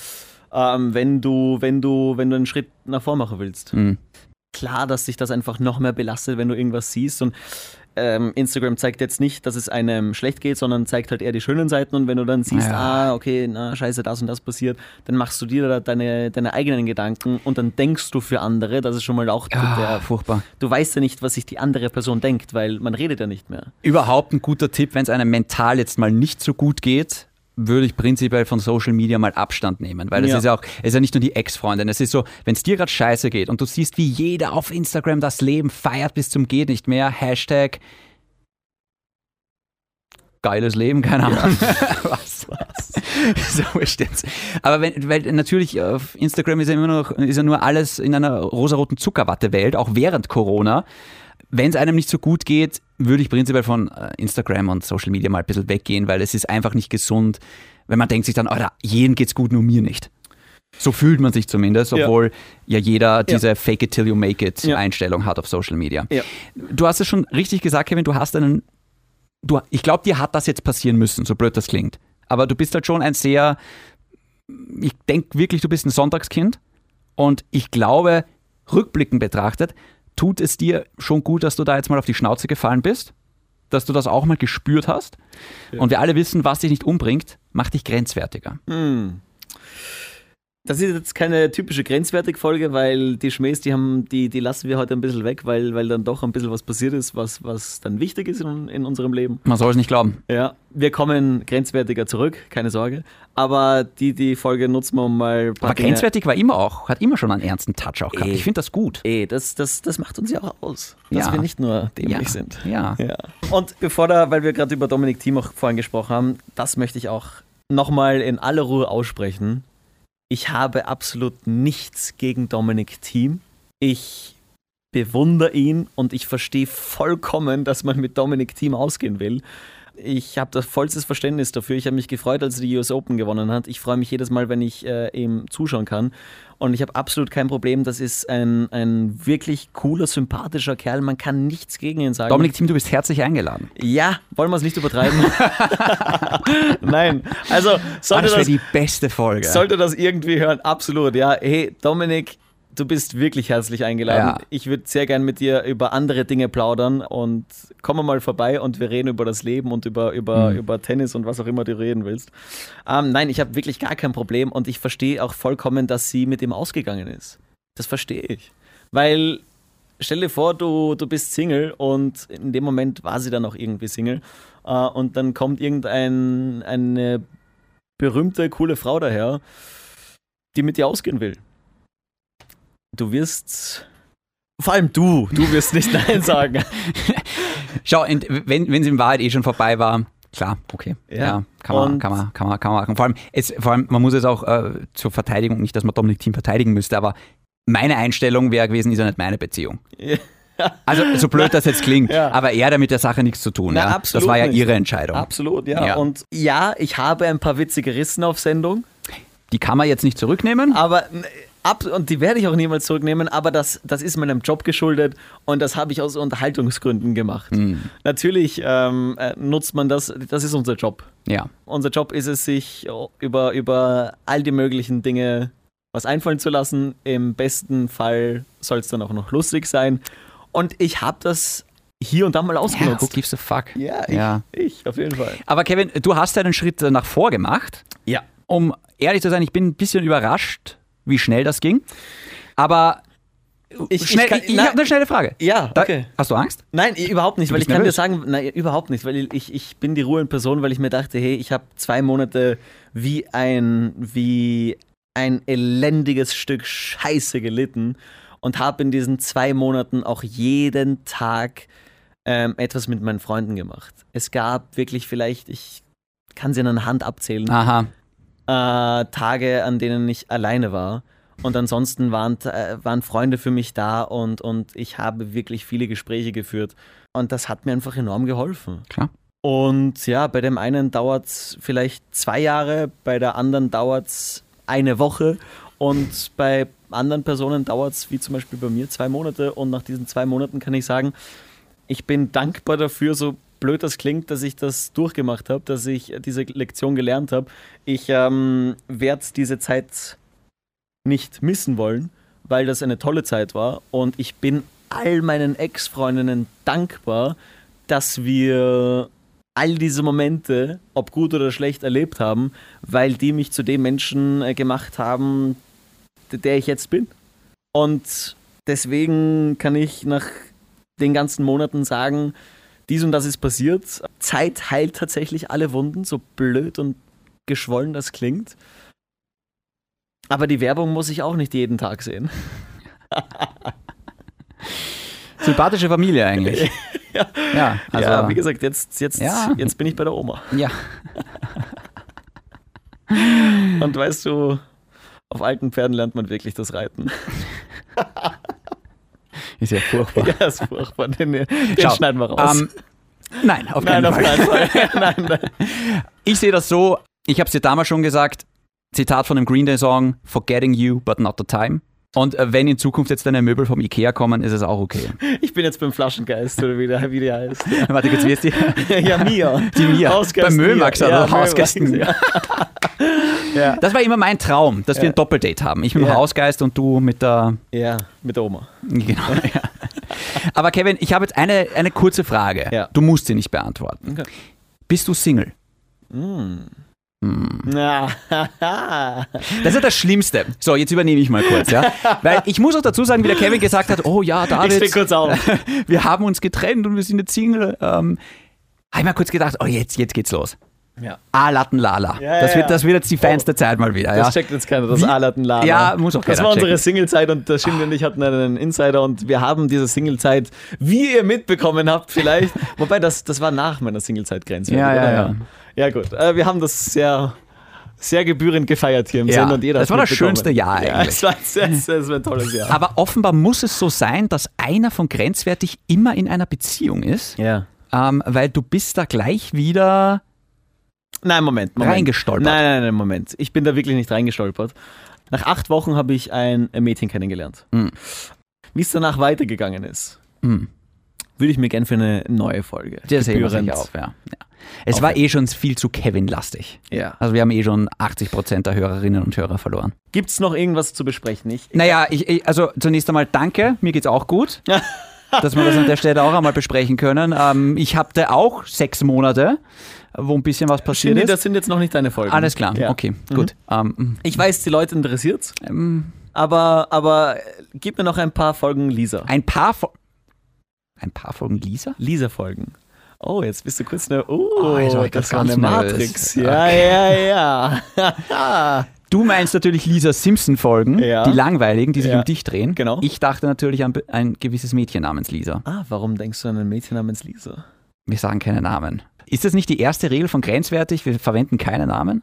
[SPEAKER 2] ähm, wenn, du, wenn, du, wenn du einen Schritt nach vor machen willst.
[SPEAKER 1] Mhm.
[SPEAKER 2] Klar, dass dich das einfach noch mehr belastet, wenn du irgendwas siehst. Und ähm, Instagram zeigt jetzt nicht, dass es einem schlecht geht, sondern zeigt halt eher die schönen Seiten. Und wenn du dann siehst,
[SPEAKER 1] Ja.
[SPEAKER 2] ah, okay, na, scheiße, das und das passiert, dann machst du dir da deine, deine eigenen Gedanken und dann denkst du für andere. Das ist schon mal auch der.
[SPEAKER 1] furchtbar.
[SPEAKER 2] Du weißt ja nicht, was sich die andere Person denkt, weil man redet ja nicht mehr.
[SPEAKER 1] Überhaupt ein guter Tipp, wenn es einem mental jetzt mal nicht so gut geht, würde ich prinzipiell von Social Media mal Abstand nehmen, weil das
[SPEAKER 2] Ja.
[SPEAKER 1] ist ja auch, es ist ja nicht nur die Ex-Freundin, es ist so, wenn es dir gerade scheiße geht und du siehst, wie jeder auf Instagram das Leben feiert bis zum geht nicht mehr, Hashtag geiles Leben, keine Ahnung. (laughs) Was? (laughs) so steht's. Aber wenn, weil natürlich auf Instagram ist ja immer noch, ist ja nur alles in einer rosaroten Zuckerwatte-Welt, auch während Corona. Wenn es einem nicht so gut geht, würde ich prinzipiell von äh, Instagram und Social Media mal ein bisschen weggehen, weil es ist einfach nicht gesund, wenn man denkt sich dann, Alter, jedem geht's gut, nur mir nicht. So fühlt man sich zumindest,
[SPEAKER 2] Ja.
[SPEAKER 1] obwohl ja, jeder diese Fake it till you make it
[SPEAKER 2] Ja.
[SPEAKER 1] Einstellung hat auf Social Media.
[SPEAKER 2] Ja.
[SPEAKER 1] Du hast es schon richtig gesagt, Kevin, du hast einen du, ich glaube, dir hat das jetzt passieren müssen, so blöd das klingt. Aber du bist halt schon ein sehr, ich denke wirklich, du bist ein Sonntagskind. Und ich glaube, rückblickend betrachtet, tut es dir schon gut, dass du da jetzt mal auf die Schnauze gefallen bist, dass du das auch mal gespürt hast. Und wir alle wissen, was dich nicht umbringt, macht dich grenzwertiger.
[SPEAKER 2] Hm. Das ist jetzt keine typische Grenzwertig-Folge, weil die Schmähs, die, haben, die, die lassen wir heute ein bisschen weg, weil, weil dann doch ein bisschen was passiert ist, was, was dann wichtig ist in, in unserem Leben.
[SPEAKER 1] Man soll es nicht glauben.
[SPEAKER 2] Ja, wir kommen grenzwertiger zurück, keine Sorge. Aber die, die Folge nutzen wir um mal ein paar
[SPEAKER 1] Aber
[SPEAKER 2] Dinge-
[SPEAKER 1] grenzwertig war immer auch, hat immer schon einen ernsten Touch auch gehabt.
[SPEAKER 2] Eh.
[SPEAKER 1] Ich finde das gut.
[SPEAKER 2] Ey, das, das, das macht uns ja auch aus, dass
[SPEAKER 1] Ja.
[SPEAKER 2] wir nicht nur dämlich
[SPEAKER 1] Ja.
[SPEAKER 2] sind.
[SPEAKER 1] Ja.
[SPEAKER 2] Ja. Und bevor da, weil wir gerade über Dominik Thiem auch vorhin gesprochen haben, das möchte ich auch nochmal in aller Ruhe aussprechen. Ich habe absolut nichts gegen Dominik Thiem. Ich bewundere ihn und ich verstehe vollkommen, dass man mit Dominik Thiem ausgehen will. Ich habe das vollstes Verständnis dafür. Ich habe mich gefreut, als er die US Open gewonnen hat. Ich freue mich jedes Mal, wenn ich äh, ihm zuschauen kann. Und ich habe absolut kein Problem. Das ist ein, ein wirklich cooler, sympathischer Kerl. Man kann nichts gegen ihn sagen.
[SPEAKER 1] Dominik Thiem, du bist herzlich eingeladen.
[SPEAKER 2] Ja, wollen wir es nicht übertreiben? (laughs) Nein. Also,
[SPEAKER 1] Ah,
[SPEAKER 2] sollte
[SPEAKER 1] das wäre
[SPEAKER 2] das,
[SPEAKER 1] die beste Folge.
[SPEAKER 2] sollte das irgendwie hören, absolut. Ja, hey, Dominik, du bist wirklich herzlich eingeladen.
[SPEAKER 1] Ja.
[SPEAKER 2] Ich würde sehr gern mit dir über andere Dinge plaudern und komm mal vorbei und wir reden über das Leben und über, über, über Tennis und was auch immer du reden willst. Ähm, nein, ich habe wirklich gar kein Problem und ich verstehe auch vollkommen, dass sie mit ihm ausgegangen ist. Das verstehe ich. Weil stell dir vor, du, du bist Single und in dem Moment war sie dann auch irgendwie Single. Äh, und dann kommt irgendein eine berühmte, coole Frau daher, die mit dir ausgehen will. Du wirst. Vor allem du, du wirst nicht (laughs) Nein sagen.
[SPEAKER 1] Schau, ent- wenn wenn es in Wahrheit eh schon vorbei war, klar, okay.
[SPEAKER 2] Ja.
[SPEAKER 1] Ja, kann, man,
[SPEAKER 2] Und-
[SPEAKER 1] kann, man, kann, man, kann man machen. Vor allem, es, vor allem man muss es auch äh, zur Verteidigung, nicht, dass man Dominik Team verteidigen müsste, aber meine Einstellung wäre gewesen, ist ja nicht meine
[SPEAKER 2] (laughs)
[SPEAKER 1] Beziehung.
[SPEAKER 2] Ja.
[SPEAKER 1] Also so blöd das jetzt klingt,
[SPEAKER 2] Ja.
[SPEAKER 1] aber er hat ja mit der Sache nichts zu tun.
[SPEAKER 2] Na,
[SPEAKER 1] ja.
[SPEAKER 2] absolut
[SPEAKER 1] das war ja
[SPEAKER 2] nicht.
[SPEAKER 1] ihre Entscheidung.
[SPEAKER 2] Absolut, ja.
[SPEAKER 1] Ja.
[SPEAKER 2] Und ja, ich habe ein paar Witze gerissen auf Sendung,
[SPEAKER 1] Die kann man jetzt nicht zurücknehmen.
[SPEAKER 2] aber n- ab, und die werde ich auch niemals zurücknehmen, aber das, das ist meinem Job geschuldet und das habe ich aus Unterhaltungsgründen gemacht.
[SPEAKER 1] Hm.
[SPEAKER 2] Natürlich ähm, äh, nutzt man das, das ist unser Job.
[SPEAKER 1] Ja.
[SPEAKER 2] Unser Job ist es, sich oh, über, über all die möglichen Dinge was einfallen zu lassen. Im besten Fall soll es dann auch noch lustig sein. Und ich habe das hier und da mal
[SPEAKER 1] ja who
[SPEAKER 2] ausgenutzt.
[SPEAKER 1] gives a fuck?
[SPEAKER 2] ich,
[SPEAKER 1] Ja.
[SPEAKER 2] ich auf jeden Fall.
[SPEAKER 1] Aber Kevin, du hast ja einen Schritt nach vor gemacht.
[SPEAKER 2] Ja.
[SPEAKER 1] Um ehrlich zu sein, ich bin ein bisschen überrascht, wie schnell das ging. Aber
[SPEAKER 2] Ich,
[SPEAKER 1] schnell, ich,
[SPEAKER 2] kann-
[SPEAKER 1] ich,
[SPEAKER 2] nein,
[SPEAKER 1] habe eine schnelle Frage.
[SPEAKER 2] ja,
[SPEAKER 1] Da,
[SPEAKER 2] okay.
[SPEAKER 1] Hast du Angst?
[SPEAKER 2] Nein, i- überhaupt nicht, weil ich
[SPEAKER 1] bist
[SPEAKER 2] kann
[SPEAKER 1] nervös?
[SPEAKER 2] dir sagen, nein, überhaupt nicht, weil ich, ich bin die ruhende Person, weil ich mir dachte, hey, ich habe zwei Monate wie ein, wie ein elendiges Stück Scheiße gelitten und habe in diesen zwei Monaten auch jeden Tag ähm, etwas mit meinen Freunden gemacht. Es gab wirklich vielleicht, ich kann sie in einer Hand abzählen,
[SPEAKER 1] Aha.
[SPEAKER 2] äh, Tage, an denen ich alleine war. Und ansonsten waren, äh, waren Freunde für mich da und, und ich habe wirklich viele Gespräche geführt. Und das hat mir einfach enorm geholfen.
[SPEAKER 1] Klar.
[SPEAKER 2] Und ja, bei dem einen dauert es vielleicht zwei Jahre, bei der anderen dauert es eine Woche und bei anderen Personen dauert es, wie zum Beispiel bei mir, zwei Monate. Und nach diesen zwei Monaten kann ich sagen, ich bin dankbar dafür, so blöd das klingt, dass ich das durchgemacht habe, dass ich diese Lektion gelernt habe. Ich ähm, werde diese Zeit nicht missen wollen, weil das eine tolle Zeit war. Und ich bin all meinen Ex-Freundinnen dankbar, dass wir all diese Momente, ob gut oder schlecht, erlebt haben, weil die mich zu dem Menschen äh, gemacht haben, d- der ich jetzt bin. Und deswegen kann ich nach den ganzen Monaten sagen, dies und das ist passiert. Zeit heilt tatsächlich alle Wunden, so blöd und geschwollen das klingt. Aber die Werbung muss ich auch nicht jeden Tag sehen.
[SPEAKER 1] Sympathische Familie
[SPEAKER 2] (laughs)
[SPEAKER 1] eigentlich. ja. also,
[SPEAKER 2] ja, wie gesagt, jetzt, jetzt,
[SPEAKER 1] Ja.
[SPEAKER 2] jetzt bin ich bei der Oma.
[SPEAKER 1] ja.
[SPEAKER 2] (laughs) Und weißt du, auf alten Pferden lernt man wirklich das Reiten.
[SPEAKER 1] Ist ja furchtbar.
[SPEAKER 2] Ja, das ist furchtbar. Den, (laughs) den
[SPEAKER 1] Schau,
[SPEAKER 2] schneiden wir raus.
[SPEAKER 1] ähm, nein, auf keinen
[SPEAKER 2] nein, auf
[SPEAKER 1] Fall. (laughs)
[SPEAKER 2] keinen Fall. nein, nein.
[SPEAKER 1] Ich sehe das so, ich habe es dir damals schon gesagt, Zitat von dem Green Day Song, Forgetting You, but not the time. Und äh, wenn in Zukunft jetzt deine Möbel vom Ikea kommen, ist es auch
[SPEAKER 2] (laughs)
[SPEAKER 1] okay.
[SPEAKER 2] Ich bin jetzt beim Flaschengeist, oder wie der, wie der heißt.
[SPEAKER 1] Warte, jetzt wirst du
[SPEAKER 2] (laughs) ja, Mia.
[SPEAKER 1] die mir.
[SPEAKER 2] Hausgeist
[SPEAKER 1] Bei
[SPEAKER 2] Mia.
[SPEAKER 1] Mömax
[SPEAKER 2] Ja,
[SPEAKER 1] oder
[SPEAKER 2] Mömax,
[SPEAKER 1] Hausgästen.
[SPEAKER 2] ja.
[SPEAKER 1] Das war immer mein Traum, dass wir ein Doppeldate haben. Ich mit dem
[SPEAKER 2] Ja.
[SPEAKER 1] Hausgeist und du mit der.
[SPEAKER 2] Ja, mit der Oma.
[SPEAKER 1] Genau, ja. Aber Kevin, ich habe jetzt eine, eine kurze Frage.
[SPEAKER 2] Ja.
[SPEAKER 1] Du musst sie nicht beantworten.
[SPEAKER 2] Okay.
[SPEAKER 1] Bist du Single?
[SPEAKER 2] Na,
[SPEAKER 1] Das ist ja das Schlimmste. So, jetzt übernehme ich mal kurz, ja. Weil ich muss auch dazu sagen, wie der Kevin gesagt hat, oh ja,
[SPEAKER 2] (laughs) ich
[SPEAKER 1] David,
[SPEAKER 2] stehe kurz auf.
[SPEAKER 1] (laughs) wir haben uns getrennt und wir sind jetzt Single. Ähm, habe ich mal kurz gedacht, oh jetzt, jetzt geht's los.
[SPEAKER 2] Ja.
[SPEAKER 1] Ah, Latten Lala.
[SPEAKER 2] Ja,
[SPEAKER 1] das,
[SPEAKER 2] ja,
[SPEAKER 1] wird,
[SPEAKER 2] ja.
[SPEAKER 1] das wird jetzt die Fans
[SPEAKER 2] Oh.
[SPEAKER 1] der Zeit mal wieder.
[SPEAKER 2] Das
[SPEAKER 1] ja.
[SPEAKER 2] checkt jetzt keiner, das
[SPEAKER 1] Wie-
[SPEAKER 2] Alat und Lana.
[SPEAKER 1] Ja, muss auch
[SPEAKER 2] Das
[SPEAKER 1] keiner
[SPEAKER 2] war unsere
[SPEAKER 1] checken. Ah.
[SPEAKER 2] Singlezeit und der Schimmel und ich hatten einen Insider und wir haben diese Singlezeit, wie ihr mitbekommen
[SPEAKER 1] (laughs)
[SPEAKER 2] habt vielleicht, wobei das, das war nach meiner Singlezeit-Grenze.
[SPEAKER 1] Ja,
[SPEAKER 2] oder?
[SPEAKER 1] ja, ja.
[SPEAKER 2] Ja gut, äh, wir haben das sehr, sehr gebührend gefeiert hier im
[SPEAKER 1] Ja,
[SPEAKER 2] Sinn und jeder
[SPEAKER 1] das
[SPEAKER 2] hat's
[SPEAKER 1] war das
[SPEAKER 2] mitbekommen.
[SPEAKER 1] schönste Jahr
[SPEAKER 2] ja,
[SPEAKER 1] eigentlich.
[SPEAKER 2] Es war, es, es, es war ein tolles Jahr.
[SPEAKER 1] Aber offenbar muss es so sein, dass einer von grenzwertig immer in einer Beziehung ist,
[SPEAKER 2] ja.
[SPEAKER 1] ähm, weil du bist da gleich wieder.
[SPEAKER 2] Nein, Moment, Moment.
[SPEAKER 1] Reingestolpert.
[SPEAKER 2] Nein, nein, nein, Moment. Ich bin da wirklich nicht reingestolpert. Nach acht Wochen habe ich ein Mädchen kennengelernt.
[SPEAKER 1] Mhm.
[SPEAKER 2] Wie es danach weitergegangen ist,
[SPEAKER 1] Hm,
[SPEAKER 2] würde ich mir gern für eine neue Folge.
[SPEAKER 1] das heben wir
[SPEAKER 2] gebührend-
[SPEAKER 1] sicher auf, ja. ja. Es war eh schon viel zu Kevin-lastig.
[SPEAKER 2] Ja.
[SPEAKER 1] Also wir haben eh schon 80% der Hörerinnen und Hörer verloren.
[SPEAKER 2] Gibt es noch irgendwas zu besprechen? Ich,
[SPEAKER 1] Naja, ich, ich, also zunächst einmal danke, mir geht's auch
[SPEAKER 2] (laughs)
[SPEAKER 1] gut, dass wir das an der Stelle auch einmal besprechen können. Ähm, ich hatte auch sechs Monate, wo ein bisschen was passiert
[SPEAKER 2] nee,
[SPEAKER 1] ist.
[SPEAKER 2] das sind jetzt noch nicht deine Folgen.
[SPEAKER 1] Alles klar,
[SPEAKER 2] Ja. Mhm.
[SPEAKER 1] okay, gut. Ähm,
[SPEAKER 2] Ich weiß, die Leute interessiert
[SPEAKER 1] ähm,
[SPEAKER 2] aber, aber äh, gib mir noch ein paar Folgen Lisa.
[SPEAKER 1] ein paar Fol- ein paar Folgen Lisa?
[SPEAKER 2] Lisa-Folgen. Oh, jetzt bist du kurz eine. Oh,
[SPEAKER 1] Oh, jetzt war ich
[SPEAKER 2] das
[SPEAKER 1] grad
[SPEAKER 2] war
[SPEAKER 1] ganz
[SPEAKER 2] eine
[SPEAKER 1] nervös.
[SPEAKER 2] Matrix. Ja, ja, (laughs) ja.
[SPEAKER 1] Du meinst natürlich Lisa Simpson-Folgen,
[SPEAKER 2] Ja.
[SPEAKER 1] die langweiligen, die sich
[SPEAKER 2] Ja.
[SPEAKER 1] um dich drehen.
[SPEAKER 2] Genau.
[SPEAKER 1] Ich dachte natürlich an be- ein gewisses Mädchen namens Lisa.
[SPEAKER 2] ah, warum denkst du an ein Mädchen namens Lisa?
[SPEAKER 1] Wir sagen keine Namen. Ist das nicht die erste Regel von grenzwertig? Wir verwenden keine Namen?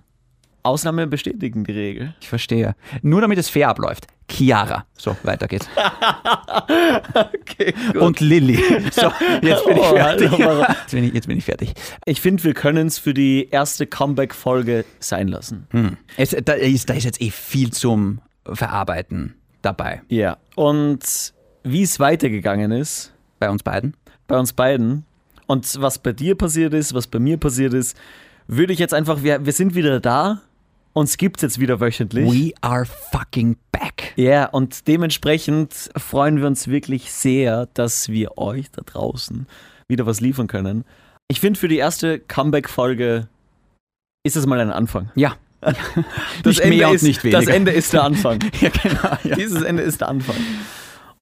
[SPEAKER 2] Ausnahmen bestätigen die Regel.
[SPEAKER 1] Ich verstehe. Nur damit es fair abläuft. Chiara. So, weiter geht's.
[SPEAKER 2] (laughs) Okay, gut.
[SPEAKER 1] Und Lilly. So, jetzt bin ich
[SPEAKER 2] Oh,
[SPEAKER 1] fertig.
[SPEAKER 2] Alter,
[SPEAKER 1] Jetzt bin ich, jetzt bin ich fertig.
[SPEAKER 2] Ich finde, wir können es für die erste Comeback-Folge sein lassen.
[SPEAKER 1] Hm. Es, da, ist, da ist jetzt eh viel zum Verarbeiten dabei.
[SPEAKER 2] Ja. Und wie es weitergegangen ist
[SPEAKER 1] Bei uns beiden.
[SPEAKER 2] bei uns beiden und was bei dir passiert ist, was bei mir passiert ist, würde ich jetzt einfach, wir, wir sind wieder da, uns gibt's jetzt wieder wöchentlich.
[SPEAKER 1] We are fucking
[SPEAKER 2] (laughs)
[SPEAKER 1] back.
[SPEAKER 2] Ja, und dementsprechend freuen wir uns wirklich sehr, dass wir euch da draußen wieder was liefern können. Ich finde, für die erste Comeback-Folge ist es mal ein Anfang. (laughs)
[SPEAKER 1] Ja.
[SPEAKER 2] Das
[SPEAKER 1] nicht mehr
[SPEAKER 2] Ende
[SPEAKER 1] und
[SPEAKER 2] ist,
[SPEAKER 1] nicht weniger.
[SPEAKER 2] Das Ende ist der Anfang.
[SPEAKER 1] ja, genau. (laughs) Ja.
[SPEAKER 2] Dieses Ende ist der Anfang.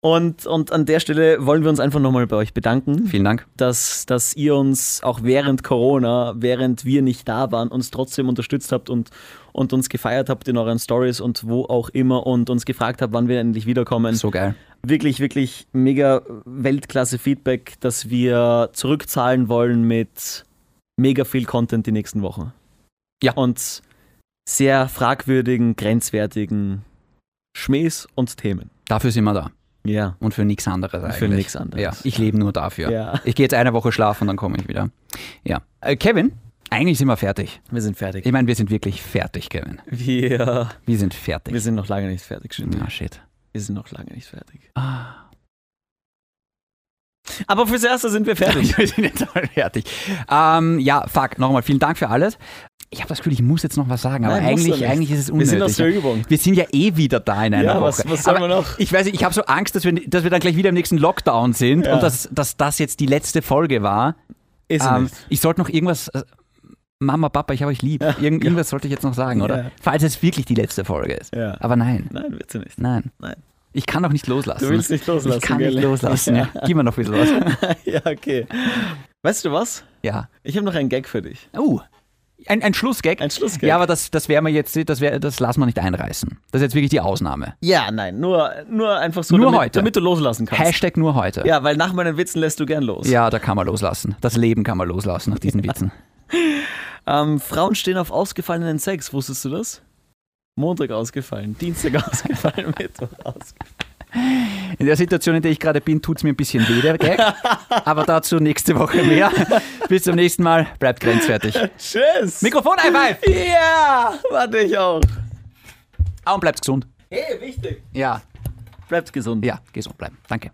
[SPEAKER 2] Und, und an der Stelle wollen wir uns einfach nochmal bei euch bedanken,
[SPEAKER 1] Vielen Dank.
[SPEAKER 2] dass, dass ihr uns auch während Corona, während wir nicht da waren, uns trotzdem unterstützt habt und, und uns gefeiert habt in euren Stories und wo auch immer und uns gefragt habt, wann wir endlich wiederkommen
[SPEAKER 1] So geil.
[SPEAKER 2] wirklich, wirklich mega Weltklasse Feedback, das wir zurückzahlen wollen mit mega viel Content die nächsten Wochen.
[SPEAKER 1] Ja.
[SPEAKER 2] Und sehr fragwürdigen, grenzwertigen Schmähs und Themen.
[SPEAKER 1] Dafür sind wir da.
[SPEAKER 2] Ja.
[SPEAKER 1] Und für nichts anderes eigentlich.
[SPEAKER 2] Für nichts anderes.
[SPEAKER 1] Ja, ich lebe nur dafür.
[SPEAKER 2] Ja.
[SPEAKER 1] Ich gehe jetzt eine Woche schlafen und dann komme ich wieder. Ja. Äh, Kevin, eigentlich sind wir fertig.
[SPEAKER 2] Wir sind fertig.
[SPEAKER 1] Ich meine, wir sind wirklich fertig, Kevin.
[SPEAKER 2] Wir,
[SPEAKER 1] Wir sind fertig.
[SPEAKER 2] wir sind noch lange nicht fertig, Shindy.
[SPEAKER 1] ah, shit.
[SPEAKER 2] Wir sind noch lange nicht fertig.
[SPEAKER 1] Ah.
[SPEAKER 2] Aber fürs Erste
[SPEAKER 1] (laughs)
[SPEAKER 2] sind wir fertig.
[SPEAKER 1] wir sind jetzt mal fertig. Ähm, ja, fuck, nochmal vielen Dank für alles. Ich habe das Gefühl, ich muss jetzt noch was sagen, aber
[SPEAKER 2] Nein, musst du
[SPEAKER 1] eigentlich,
[SPEAKER 2] nicht.
[SPEAKER 1] eigentlich ist es
[SPEAKER 2] wir
[SPEAKER 1] unnötig.
[SPEAKER 2] sind aus der Übung.
[SPEAKER 1] Wir sind ja eh wieder da in einer
[SPEAKER 2] Ja, was-
[SPEAKER 1] Woche.
[SPEAKER 2] was sollen
[SPEAKER 1] Aber
[SPEAKER 2] wir noch?
[SPEAKER 1] Ich weiß nicht, ich habe so Angst, dass wir, dass wir dann gleich wieder im nächsten Lockdown sind
[SPEAKER 2] Ja.
[SPEAKER 1] und dass, dass das jetzt die letzte Folge war.
[SPEAKER 2] Ist
[SPEAKER 1] Ähm,
[SPEAKER 2] nicht.
[SPEAKER 1] ich sollte noch irgendwas. äh, Mama, Papa, ich habe euch lieb. Irgend, irgendwas sollte ich jetzt noch sagen, oder?
[SPEAKER 2] Ja.
[SPEAKER 1] Falls es wirklich die letzte Folge ist.
[SPEAKER 2] Ja.
[SPEAKER 1] Aber nein,
[SPEAKER 2] Nein, wird sie nicht.
[SPEAKER 1] nein.
[SPEAKER 2] Nein.
[SPEAKER 1] Ich kann doch nicht loslassen.
[SPEAKER 2] Du willst nicht loslassen.
[SPEAKER 1] ich kann
[SPEAKER 2] gell?
[SPEAKER 1] nicht loslassen. Ja. Gib mir noch ein bisschen
[SPEAKER 2] (laughs)
[SPEAKER 1] was.
[SPEAKER 2] (laughs) ja, okay. Weißt du was?
[SPEAKER 1] Ja.
[SPEAKER 2] Ich habe noch einen Gag für dich.
[SPEAKER 1] Oh. Ein, ein Schlussgag.
[SPEAKER 2] Ein Schlussgag.
[SPEAKER 1] Ja, aber das, das werden wir jetzt, das, wär, das lassen wir nicht einreißen. Das ist jetzt wirklich die Ausnahme.
[SPEAKER 2] Ja, nein, nur, nur einfach so,
[SPEAKER 1] Nur
[SPEAKER 2] damit,
[SPEAKER 1] heute.
[SPEAKER 2] damit du loslassen kannst.
[SPEAKER 1] Hashtag nur heute.
[SPEAKER 2] Ja, weil nach meinen Witzen lässt du gern los.
[SPEAKER 1] Ja, da kann man loslassen. Das Leben kann man loslassen nach diesen Witzen.
[SPEAKER 2] Ähm, Frauen stehen auf ausgefallenen Sex, wusstest du das? Montag ausgefallen, Dienstag (laughs) ausgefallen, Mittwoch ausgefallen.
[SPEAKER 1] In der Situation, in der ich gerade bin, tut es mir ein bisschen weh, der Gag. Aber dazu nächste Woche mehr. Bis zum nächsten Mal. Bleibt grenzwertig.
[SPEAKER 2] Tschüss!
[SPEAKER 1] Mikrofon einmal.
[SPEAKER 2] ja, warte ich auch.
[SPEAKER 1] Ah, und bleibt gesund.
[SPEAKER 2] Hey, wichtig.
[SPEAKER 1] Ja,
[SPEAKER 2] Bleibt gesund.
[SPEAKER 1] ja, gesund bleiben. Danke.